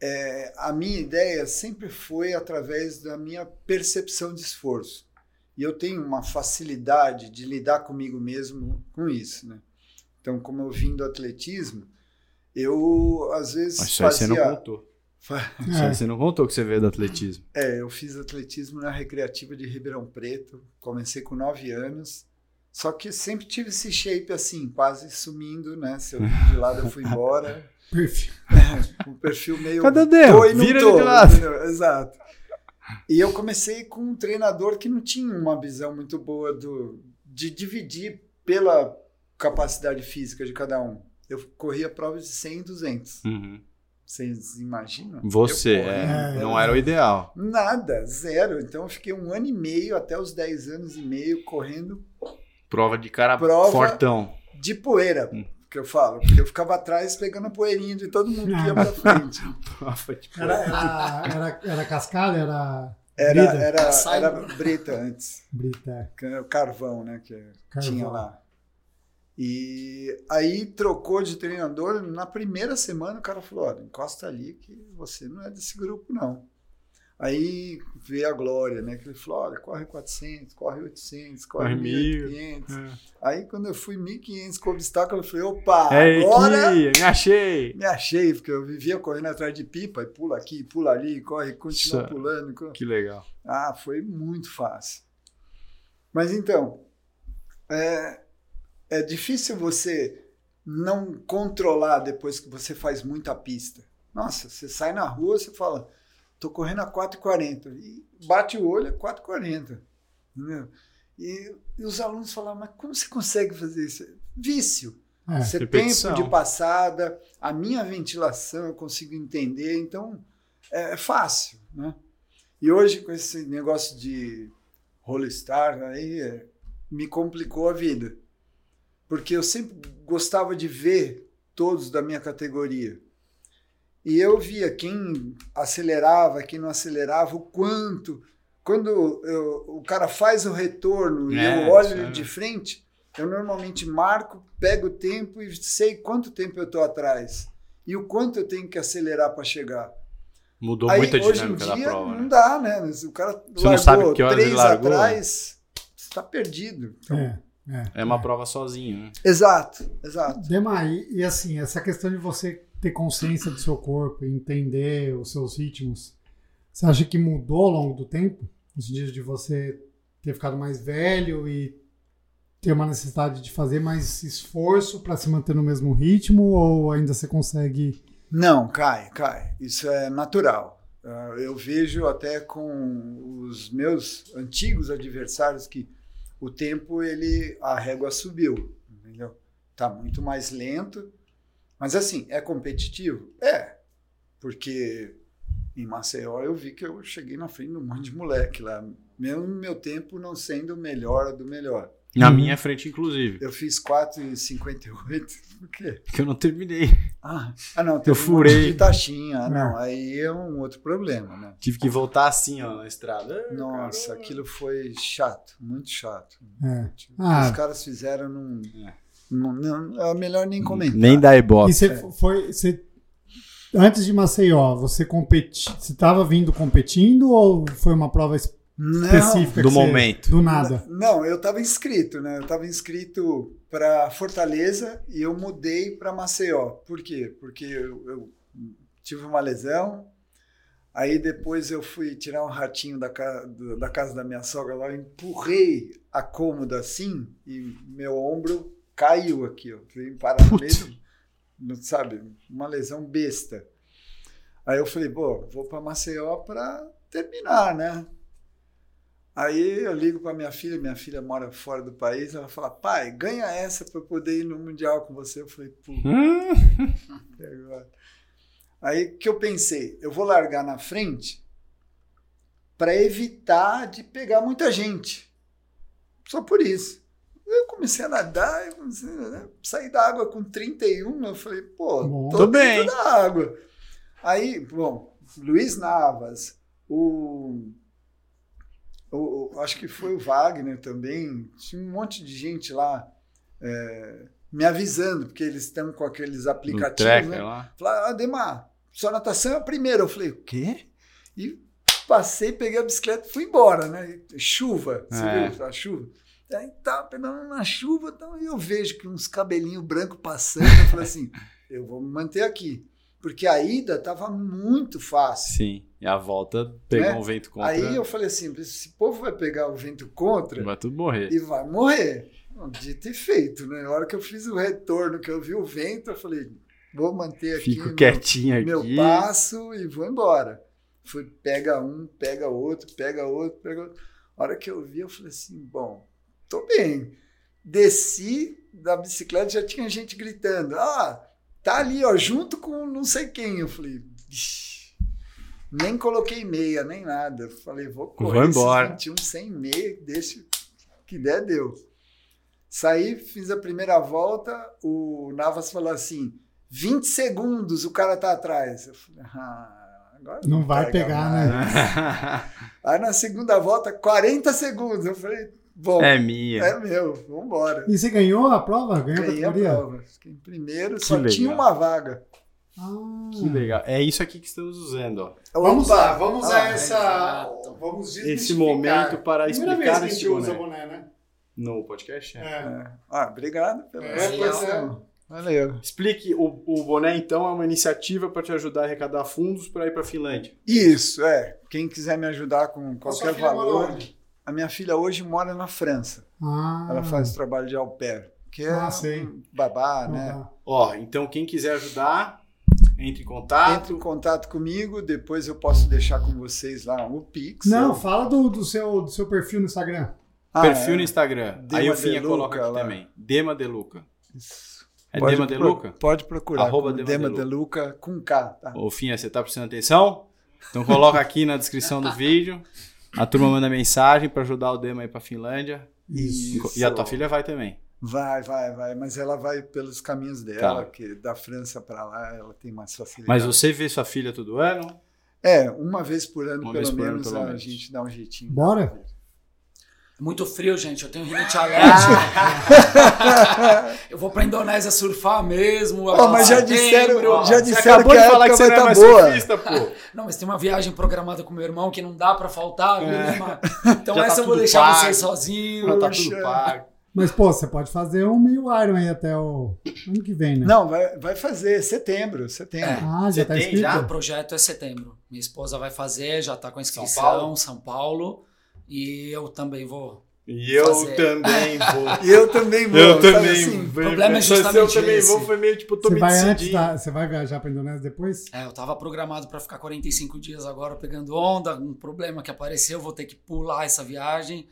é, a minha ideia sempre foi através da minha percepção de esforço. E eu tenho uma facilidade de lidar comigo mesmo com isso, né? Então, como eu vim do atletismo, eu às vezes
Mas isso aí você
fazia...
não contou. Isso
É,
aí você não contou que você veio do atletismo.
É, eu fiz atletismo na recreativa de Ribeirão Preto, comecei com 9 anos, só que sempre tive esse shape assim, quase sumindo, né? Se eu vim de lado, eu fui
[laughs]
embora.
Perfil.
Um perfil meio.
Cadê o dedo?
Tô e não
Vira ele
tô,
de lado.
entendeu? Exato. E eu comecei com um treinador que não tinha uma visão muito boa do, de dividir pela capacidade física de cada um. Eu corria provas de 100 e 200.
Uhum.
Vocês imaginam?
Você,
Eu corria,
é,
é.
não era o ideal.
Nada, zero. Então eu fiquei um ano e meio, até os 10 anos e meio, correndo
Prova de cara
Prova-
fortão. [laughs]
de poeira,
Hum.
que eu falo. Porque eu ficava atrás pegando a poeirinha de todo mundo que ia pra frente.
Prova de-
Era, era, era, era cascalho, era
Era,
Brita?
era,
Caçai-
era brita antes,
brita.
que era o carvão, né? Que
Carvão.
tinha lá. E aí trocou de treinador. Na primeira semana o cara falou: olha, encosta ali que você não é desse grupo, não. Aí veio a Glória, né? Que ele falou: olha, corre 400, corre 800, corre
Corre mil.
1500.
É.
Aí quando eu fui 1500 com obstáculo, eu falei: opa,
É
agora
aqui, me achei.
me achei, porque eu vivia correndo atrás de pipa e pula aqui, pula ali, corre, continua
Isso.
pulando. co-
Que legal.
ah, foi muito fácil. Mas então, é, é difícil você não controlar depois que você faz muita pista. Nossa, você sai na rua, você fala, tô correndo a 4,40. E bate o olho, é 4,40. entendeu? E, e os alunos falavam, mas como você consegue fazer isso? Vício.
É,
Você
repetição.
tempo de passada, a minha ventilação eu consigo entender, então é, é fácil, né? E hoje com esse negócio de Rollstar aí é, me complicou a vida, porque eu sempre gostava de ver todos da minha categoria e eu via quem acelerava, quem não acelerava, o quanto quando eu- o cara faz o retorno e
É,
eu olho
isso é.
de frente eu normalmente marco, pego o tempo e sei quanto tempo eu estou atrás e o quanto eu tenho que acelerar para chegar.
Mudou
Aí,
muito a
hoje em
dinâmica
dia,
da prova,
não
né?
dá, né? O cara
não
largou
sabe que horas ele
três
largou.
atrás, você está perdido.
é.
É uma prova sozinho, né?
Exato, exato.
Demar, e, e assim, essa questão de você ter consciência do seu corpo, entender os seus ritmos, você acha que mudou ao longo do tempo? Nos dias de você ter ficado mais velho e ter uma necessidade de fazer mais esforço para se manter no mesmo ritmo ou ainda você consegue
Não, cai, cai. Isso é natural. Ah, Eu vejo até com os meus antigos adversários que o tempo ele a régua subiu, entendeu? Tá muito mais lento. Mas assim, é competitivo? É. Porque em Maceió eu vi que eu cheguei na frente de um monte de moleque lá, mesmo meu tempo não sendo o melhor do melhor.
Na
Uhum.
minha frente, inclusive.
Eu fiz 4,58. [laughs] Por quê?
Porque eu não terminei. [laughs]
Ah, ah, não,
Eu
teve um
furei.
monte de taxinha. Ah, não, aí é um outro problema, né?
Tive que voltar assim, ó, na estrada. Ah,
Nossa,
caramba.
aquilo foi chato, muito chato.
É.
O que
Ah.
Os caras fizeram num. num- não, é melhor nem comentar.
Nem dá ibope.
E você foi. Você, antes de Maceió, você competi, você estava vindo competindo ou foi uma prova es-
Não,
específica?
do
que você-
momento.
Do nada.
não, eu estava inscrito, né? Eu estava inscrito para Fortaleza e eu mudei para Maceió. Por quê? Porque eu, eu tive uma lesão. Aí depois eu fui tirar um ratinho da, ca- do- da casa da minha sogra lá, eu empurrei a cômoda assim e meu ombro caiu aqui, ó. Vim parar no meio, não sabe? Uma lesão besta. Aí eu falei, pô, vou para Maceió para terminar, né? Aí eu ligo para minha filha, minha filha mora fora do país, ela fala, pai, ganha essa para eu poder ir no Mundial com você. Eu falei, pô,
Hum,
até agora. Aí que eu pensei, eu vou largar na frente para evitar de pegar muita gente. Só por isso. Eu comecei a nadar, eu comecei a nadar, saí da água com 31, eu falei, pô,
Bom.
tô,
Tô
bem
bem.
da água. Aí, bom, Luiz Navas, o, o- o- acho que foi o Wagner também, tinha um monte de gente lá é, me avisando, porque eles estão com aqueles
do
aplicativos,
tracker
né?
é lá.
Falaram, Ademar, sua natação é a primeira. Eu falei, o quê? E Passei, peguei a bicicleta e fui embora, né? Chuva, você
É.
viu a chuva? Aí tá, pegando na chuva, então eu vejo que uns cabelinhos brancos passando, eu falei assim, [laughs] eu vou me manter aqui. Porque a ida tava muito fácil.
Sim. E a volta pegou
Né?
um vento contra.
Aí eu falei assim, esse povo vai pegar o vento contra
Vai tudo morrer.
e vai morrer. Bom, Dito e feito, né? Na hora que eu fiz o retorno, que eu vi o vento, eu falei, vou manter aqui
Fico
meu-
quietinho
meu,
aqui.
passo e vou embora. Fui, pega um, pega outro, pega outro, pega outro. A hora que eu vi, eu falei assim, bom, tô bem. Desci da bicicleta, já tinha gente gritando, ah, tá ali, ó, junto com não sei quem. Eu falei, "Ixi". nem coloquei meia, nem nada. Eu Falei, vou correr
Vou embora.
esses 21 sem meia, deixa o que der, deu. Saí, fiz a primeira volta, o Navas falou assim, 20 segundos o cara tá atrás. Eu falei, ah, agora
Não vai
pega
pegar,
mais.
né?
Aí na segunda volta, 40 segundos. Eu falei, bom, é,
[laughs] é minha.
meu, vambora.
E você ganhou a prova? Ganhou a
Ganhei a
categoria?
prova. Fiquei em primeiro,
Que
só
legal.
tinha uma vaga.
Ah,
Que legal. É isso aqui que estamos usando, ó.
Vamos
Opa!
lá, vamos a
Ah,
essa.
exato.
Vamos
Esse momento para
Primeira vez
explicar
que a
esse
gente usa
boneco.
boné, né?
No podcast? é.
É.
Ah, obrigado pela
É,
pois
é.
atenção. Valeu.
Explique, o, o boné então é uma iniciativa para te ajudar a arrecadar fundos para ir para a Finlândia.
Isso, é. Quem quiser me ajudar com
A sua
qualquer
filha mora
valor.
onde?
A minha filha hoje mora na França.
Ah,
Ela faz trabalho de au pair, que é
Ah, sei.
um babá,
ah,
né?
Ó, então quem quiser ajudar, entre em
Entre
contato.
em contato comigo, depois eu posso deixar com vocês lá o Pix.
Não,
Eu-
fala do, do, seu, do seu perfil no Instagram.
Ah,
Perfil
é.
no Instagram.
Dema
Aí o
De
Finha
Luca
coloca aqui
lá.
também. Dema De Luca.
Isso.
É
Pode
Dema De
pro-
Luca?
Pode procurar.
Arroba
como
Dema
Dema
De
de Luca com K, tá?
Ô Finha, você tá prestando atenção? Então coloca aqui na descrição do vídeo. A turma manda mensagem para ajudar o Dema aí para Finlândia. E a tua filha vai também.
Vai, vai, vai. Mas ela vai pelos caminhos dela,
Tá.
que da França para lá ela tem mais facilidade.
Mas você vê sua filha todo ano?
É, uma vez por ano,
Uma
pelo,
vez por ano,
menos,
pelo
a
menos.
gente dá um jeitinho.
Bora?
É Muito frio, gente. Eu tenho rinite
[laughs]
alérgica. eu vou pra Indonésia surfar mesmo.
Ó, mas já
setembro.
disseram- já
Você
disseram
acabou
Tá que
de
a
falar que
época
você não é
vai
mais
tá boa.
surfista, pô.
Não, mas tem uma viagem programada com meu irmão que não dá pra faltar. viu,
É.
[laughs]
Neymar? Então
Já tá
essa eu vou
tudo
deixar
pago.
vocês sozinhos.
Já tá
Puxa.
tudo pago.
Mas, pô, você pode fazer um meio Iron aí até o ano que vem, né?
Não, vai, vai fazer setembro,
É.
É.
setembro.
Ah, já
Você
tá
tem
escrito?
já?
O projeto é setembro. Minha esposa vai fazer, já tá com a inscrição,
São
São
Paulo?
Paulo. e eu também vou.
E eu [laughs]
Fazer.
também vou.
E eu também vou.
Eu
sabe
também
assim?
vou.
o problema é
Só se
justamente
Eu também
esse.
vou, foi meio tipo, tô
Você
me
vai, antes
decidindo.
da, você vai viajar pra Indonésia depois?
É, eu tava programado pra ficar 45 dias agora pegando onda, um problema que apareceu, vou ter que pular essa viagem.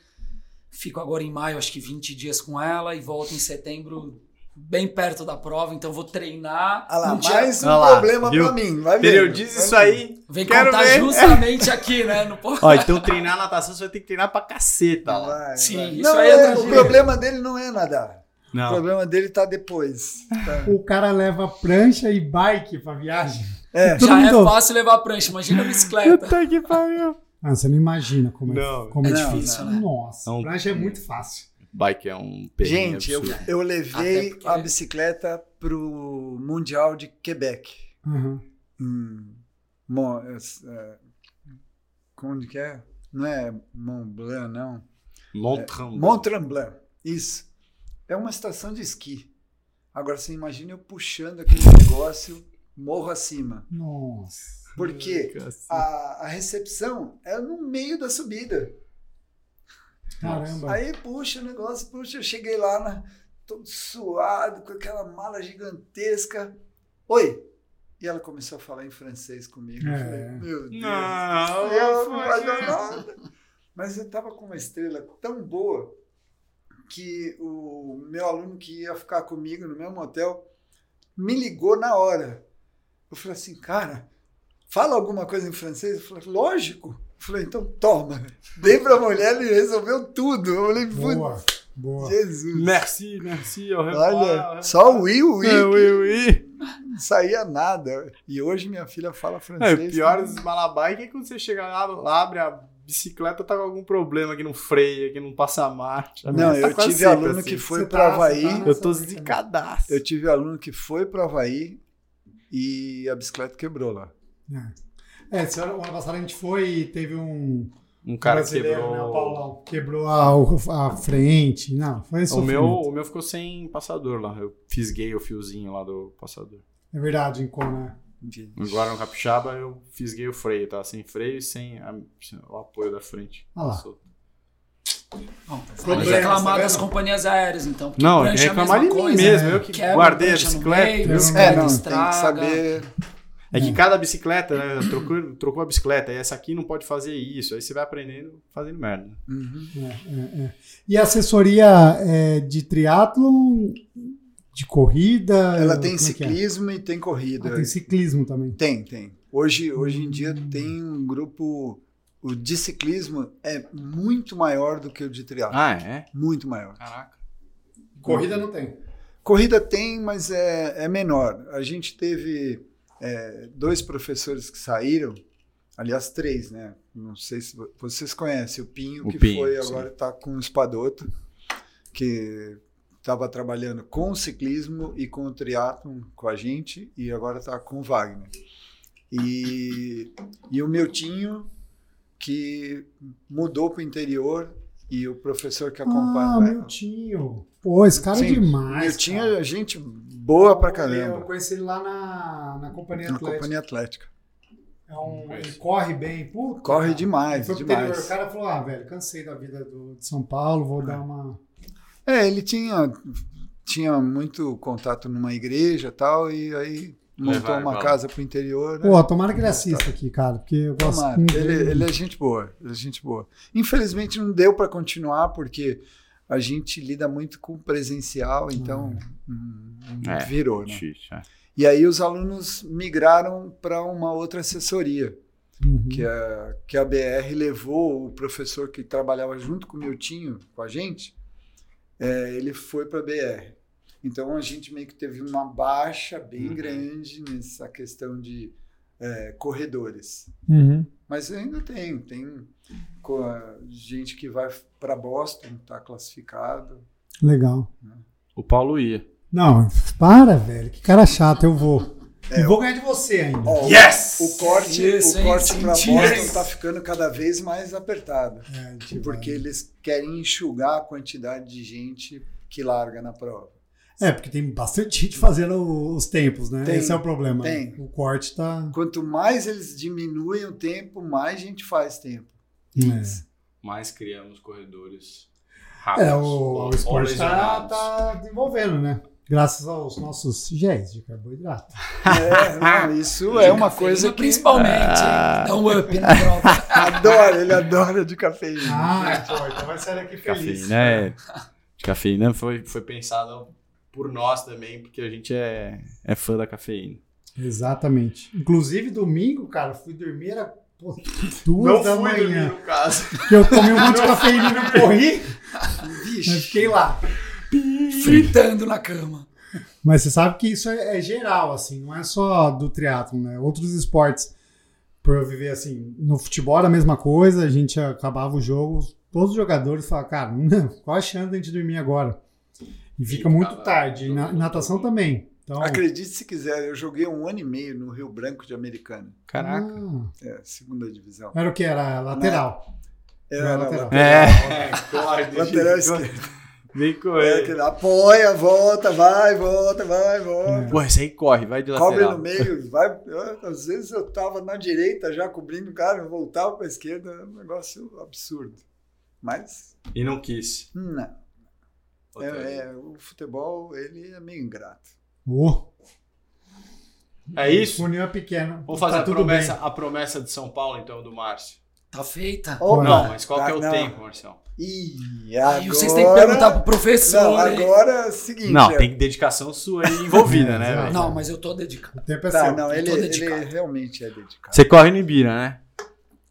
Fico agora em maio, acho que 20 dias com ela e volto em setembro, bem perto da prova, então vou treinar.
Ah lá,
Não tinha-
mais um
Ah lá,
problema
viu?
pra mim. Vai
Entendeu?
vendo,
Diz
vai
isso
vendo.
aí.
Vem
Quero
contar
ver.
justamente aqui, né? Não
[laughs]
pode.
Ó, então treinar natação, você vai ter que treinar pra caceta
Vai,
Tá lá.
vai.
Sim, isso
não,
aí é
é, o
tranquilo.
problema dele não é nadar. O
Não.
problema dele tá depois. tá?
O cara leva prancha e bike pra viagem.
É.
Todo
Já é
mundo-
fácil levar a prancha, imagina a
[laughs]
bicicleta.
que pariu.
Ah, você não imagina como
Não.
é, como é
Não,
difícil.
não.
Nossa,
Não.
prancha é muito fácil.
Bike é um perrengue
Gente, eu,
absurdo.
eu levei
Até porque-
a bicicleta pro Mundial de Quebec.
Uhum.
Hum, Mon- é, como que é? Não é Mont Blanc, não.
Montrão.
Mont Tremblant. Isso. É uma estação de esqui. Agora você imagina eu puxando aquele negócio morro acima.
Nossa.
Porque a, a recepção é no meio da subida.
Caramba.
Aí puxa o negócio, puxa. Eu cheguei lá, na, todo suado, com aquela mala gigantesca. Oi! E ela começou a falar em francês comigo. Eu
É.
falei, meu Deus.
Não,
"Ah,
Eu não valeu nada. Mas eu tava com uma estrela tão boa que o meu aluno que ia ficar comigo no mesmo hotel me ligou na hora. Eu falei assim, cara, fala alguma coisa em francês? Eu falei, lógico. Eu falei, então toma. Dei pra mulher e resolveu tudo. Eu falei, "Putz,
Boa, boa.
Jesus.
Merci, merci. Au revoir.
Olha, só o i, o i,
É, ui, ui.
não saía nada. E hoje minha filha fala
É,
francês. né?
o pior dos malabar é que quando você chega lá, lá, abre a bicicleta, tá com algum problema que não freia, que não passa a marcha.
Não,
Tá
eu
quase
tive
sempre
aluno
assim.
que foi
Você tá-
para
você
Havaí.
tá-
Eu tô zicadaço.
Eu tive aluno que foi para Havaí e a bicicleta quebrou lá.
É, semana ano passado a gente foi e teve um
Um cara que
brasileiro,
quebrou.
né, o Paulão, quebrou a, a frente. Não, foi
o,
sofrimento.
meu, o meu ficou sem passador lá. Eu fisguei o fiozinho lá do passador.
É verdade, em Cona.
Agora no capixaba eu fisguei o freio, tá? Sem freio e sem, a- sem o apoio da frente.
Ah lá.
Passou.
Bom,
Problemas,
vamos reclamar
tá vendo?
das companhias aéreas, então. porque
Não,
prancha é a
reclamar de
mesma
mim
coisa,
mesmo.
né?
Eu que
Quebra,
guardei a
prancha no
bicicleta.
meio,
eu-
É,
Não,
não, tem
estraga.
que saber.
É que cada bicicleta, né? Trocou, trocou a bicicleta, e essa aqui não pode fazer isso. Aí você vai aprendendo fazendo merda.
Uhum.
É, é, é. E a assessoria é, de triatlon, de corrida?
Ah, Ela
como é
tem
que é?
ciclismo e tem corrida.
Ah, tem ciclismo também.
Tem, tem. Hoje, hoje em dia tem um grupo. O de ciclismo é muito maior do que o de triatlo.
Ah, é?
Muito maior.
Caraca.
Corrida não tem.
Corrida tem, mas é, é menor. A gente teve é, dois professores que saíram, aliás, três, né? Não sei se vo- vocês conhecem. O Pinho,
O
que
Pinho,
foi
sim.
agora está com o Espadoto, que estava trabalhando com o ciclismo e com o triatlon com a gente, e agora está com o Wagner. E, e o Miltinho, que mudou para o interior, e o professor que acompanha.
Ah, meu tio. Pô, esse cara é
é. Sim,
demais.
eu tinha
cara.
gente boa pra
Eu
caramba.
conheci ele lá na, na Companhia
Na
Atlética.
companhia atlética.
É um, ele corre bem, puta.
Corre
cara.
demais,
Foi pro interior, O
demais.
cara falou: ah, velho, cansei da vida do, de São Paulo, vou dar uma.
É, ele tinha, tinha muito contato numa igreja e tal, e aí montou
vai,
uma
vai.
casa pro interior. Né?
Pô, tomara que ele assista aqui, cara, porque eu gosto
Tomara.
muito dele.
Ele, ele é gente boa, ele é gente boa. Infelizmente não deu pra continuar, porque a gente lida muito com presencial, então hum,
É,
virou, né?
Difícil, é.
E aí os alunos migraram para uma outra assessoria.
Uhum.
que a, que a BR levou o professor que trabalhava junto com o Miltinho, com a gente, é, ele foi para a BR. Então a gente meio que teve uma baixa bem
Uhum.
grande nessa questão de é, corredores.
Uhum.
Mas ainda tem, tem co- gente que vai para Boston, está classificado.
Legal.
O Paulo ia.
Não, para, velho. Que cara chato, eu vou. e vou ganhar de você ainda.
É, Ó,
Yes!
O corte,
Isso,
o
hein?
corte para
Senti
Boston
isso.
está ficando cada vez mais apertado.
É, tipo,
porque eles querem enxugar a quantidade de gente que larga na prova.
É, porque tem bastante gente fazendo o- os tempos, né?
Tem,
Esse é o problema.
tem.
O corte tá.
Quanto mais eles diminuem o tempo, mais gente
[laughs]
faz tempo.
É,
Mas criamos corredores
É,
rápidos.
o, o
ou
esporte tá,
lesionados.
tá desenvolvendo, né? Graças aos nossos géis de carboidrato.
É, não, isso é uma
Cafeína
coisa que [laughs]
Principalmente,
Ah.
hein? dá um up na prova.
adora, ele adora de cafeína.
Ah, então vai sair daqui feliz.
Cafeína é. Cafeína foi, foi pensada por nós também, porque a gente é, é fã da cafeína.
Exatamente. Inclusive, domingo, cara, fui dormir, era pô, [laughs] duas da manhã.
no caso.
Que eu tomei um
[laughs]
monte de cafeína e não corri, mas fiquei lá.
fritando na cama.
Mas você sabe que isso é, é geral, assim, não é só do triatlon, né? Outros esportes, por eu viver assim, no futebol era a mesma coisa, a gente acabava o jogo, todos os jogadores falavam, cara, [laughs] não, qual a chance da gente dormir agora? E fica
E
muito
acaba
tarde, e na,
jogando
natação
tudo.
também. Então,
Acredite se quiser, eu joguei um ano e meio no Rio Branco de Americana,
Caraca.
ah,
é, segunda divisão.
era o que? Era lateral.
Era
lateral.
lateral,
É, corre,
lateral esquerdo.
Vem
É,
correr.
que apoia, volta, vai, volta, vai,
É.
volta.
Pô, esse aí corre, vai de
Cobre no
lateral.
meio, vai. eu- Às vezes eu tava na direita já cobrindo o cara, eu voltava pra esquerda, é um negócio absurdo. Mas,
E não quis.
não. É,
Outra vez.
é, o futebol, ele é meio ingrato.
Oh,
Né? É
o
isso?
funil é pequeno.
Vamos fazer
tá
a,
tudo
promessa, a promessa de São Paulo, então, do Márcio.
Tá feita.
Opa,
não, mas qual que é o
tá, não.
tempo, Marcelo?
E
Aí
agora...
vocês têm que perguntar pro professor.
Não,
hein?
agora é o seguinte...
Não,
é-
tem dedicação sua aí [laughs] envolvida, né?
É,
velho?
Não, mas eu tô dedicado.
bem. O tempo é
Tá,
seu.
não,
eu
ele,
tô
ele
dedicado.
realmente é dedicado.
Você corre no Ibira, né?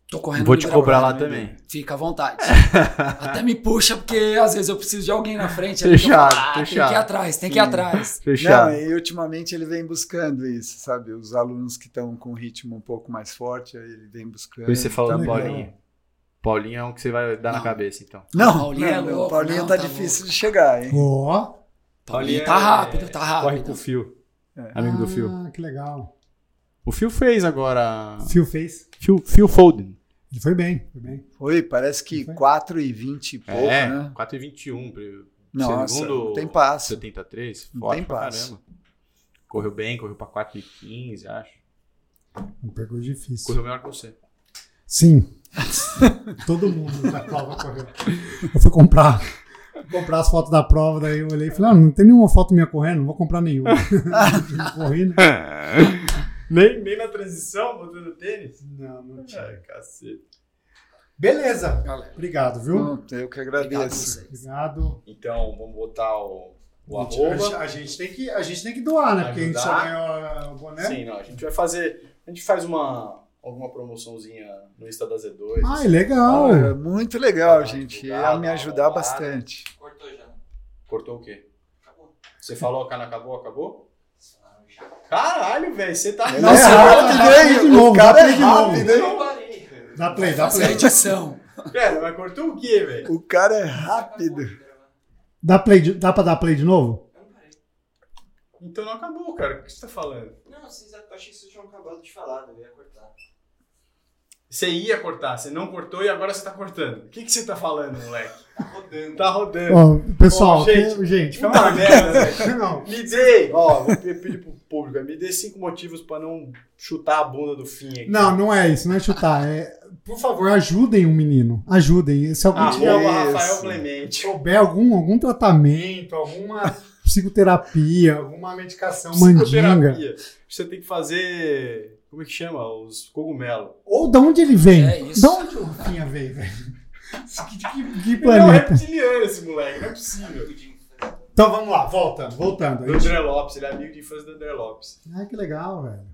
Tô correndo
Vou
no
te
Ibirapuera.
cobrar lá também.
Fica à vontade.
[laughs]
Até me puxa, porque às vezes eu preciso de alguém na frente. aí
Fechado,
eu falo, "Ah, Tem
fechado.
que ir atrás, tem que ir
Sim.
atrás.
Não, é,
Fechado.
e ultimamente ele vem buscando isso, sabe? Os alunos que estão com um ritmo um pouco mais forte, aí ele vem buscando.
Depois você falou
tá
do
legal.
Paulinho. Paulinho é um que você vai dar na
Não.
cabeça, então.
Não,
Paulinho é
não, não,
louco,
Paulinho
não,
tá,
tá
difícil
louco.
de chegar, hein?
Ó,
Paulinho
tá
é-
rápido, tá
Corre com
rápido.
o fio.
Ah, É.
Amigo do fio.
ah, que legal.
O Phil fez agora.
Phil fez.
Phil, Phil Foden.
Ele foi bem, foi bem.
Foi, parece que
Foi.
4 e 20 e pouco,
é,
né?
4 e 21. pre-
Nossa,
segundo
não tem passo.
73.
Não
Forte
tem
pra
passo.
caramba. Correu bem, correu pra 4 e 15, acho.
Um percurso difícil.
Correu melhor que
[laughs]
você.
Sim. [laughs] Todo mundo da prova correu. Eu fui comprar, comprar as fotos da prova, daí eu olhei e falei, ah, não tem nenhuma foto minha correndo, não vou comprar [laughs] nenhuma. Não Corri, né?
nem, nem na transição, botando tênis.
Não,
É.
não tinha.
Ai, cacete.
Beleza.
Galera.
Obrigado, viu?
Não, Eu que
Obrigado a
agradeço.
vocês.
Então,
Então, vamos botar o, o
a gente-
arroba.
a gente tem que, a gente tem que doar, né? Porque a gente só
Ajudar.
ganhou ah, o boné.
Sim, não, a gente vai fazer. A gente faz uma alguma promoçãozinha no Insta da assim. Z2.
Ai, legal.
Olha, muito legal,
Ah,
gente.
divulgar,
Ia me
dar uma
ajudar
bombada.
bastante.
Cortou já.
Cortou o quê?
Acabou.
Você falou, cara, acabou, acabou?
Ah,
Caralho, velho, você tá.
Ele
Nossa,
é
dá- dá play
rápido,
de
hein?
novo,
O
dá
cara é
play de novo.
rápido,
Eu
hein?
não parei, velho.
Dá play,
Tá
dá
Essa é a
play.
edição.
Pera, mas cortou o quê, velho?
O cara é rápido.
Dá, play de- dá pra dar play de novo?
Então não acabou, cara. O que você tá falando?
Não, vocês, eu achei que vocês tinham acabado de falar, né? eu ia cortar.
Você ia cortar, você não cortou e agora você tá cortando. O que, que você tá falando, moleque?
Tá rodando.
Tá rodando.
Ó, pessoal,
Ó, gente.
que- gente.
[laughs] Foi uma merda, velho.
Não.
Me dê, ó, vou pe- pedir pro público, é, me dê cinco motivos pra não chutar a bunda do fim aqui.
Não, não é isso, não é chutar. É, por favor, ajudem o menino. Ajudem. Se alguém tiver
Arroba
Isso.
Rafael Clemente.
souber algum, algum tratamento, alguma psicoterapia, alguma
É
medicação mandinga,
Psicoterapia. um Você tem que fazer. Como é que chama? Os cogumelo.
ou de onde ele vem?
É isso.
De onde o Rafinha veio, velho? [laughs] Que, que- que
Ele é um
planeta?
reptiliano esse moleque, não é possível.
Então vamos lá, voltando, voltando.
Do André Lopes, ele é amigo de infância do André Lopes.
Ah, que legal, velho.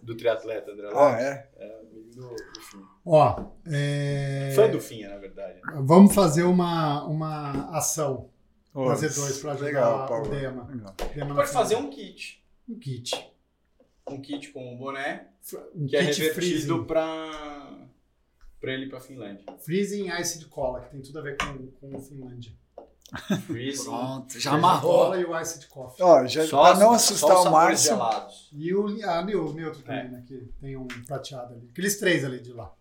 Do triatleta André Lopes.
Ah, é?
Amigo do, do Finha.
Ó, é,
Fã do Finha, na verdade.
vamos fazer uma, uma ação.
Ô,
Fazer dois pra ajudar
legal,
o
Paulo.
Dema.
Legal.
Dema
Pode
na
fazer um kit.
um kit.
Um kit com o boné,
Um
que é
kit freezing.
revertido pra, pra ele ir pra Finlândia.
Freezing Ice de Cola, que tem tudo a ver com, com Finlândia.
Freezing.
Pronto, já
Ice de
amarrou.
Cola e o Ice de Coffee.
Ó, já,
Só
pra
as-
não
só
assustar
os
o
sabores
Márcio,
gelados.
E o, ah, e o neutro também, né? Que tem um prateado ali. Aqueles três ali de lá.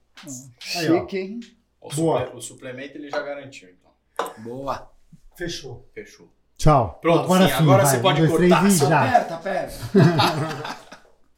Aí, ó.
chique, hein?
O,
Boa.
suple- o suplemento ele já garantiu, então.
Boa.
Fechou.
Fechou.
Tchau.
Pronto, sim, agora você pode cortar.
e já.
Aperta, aperta.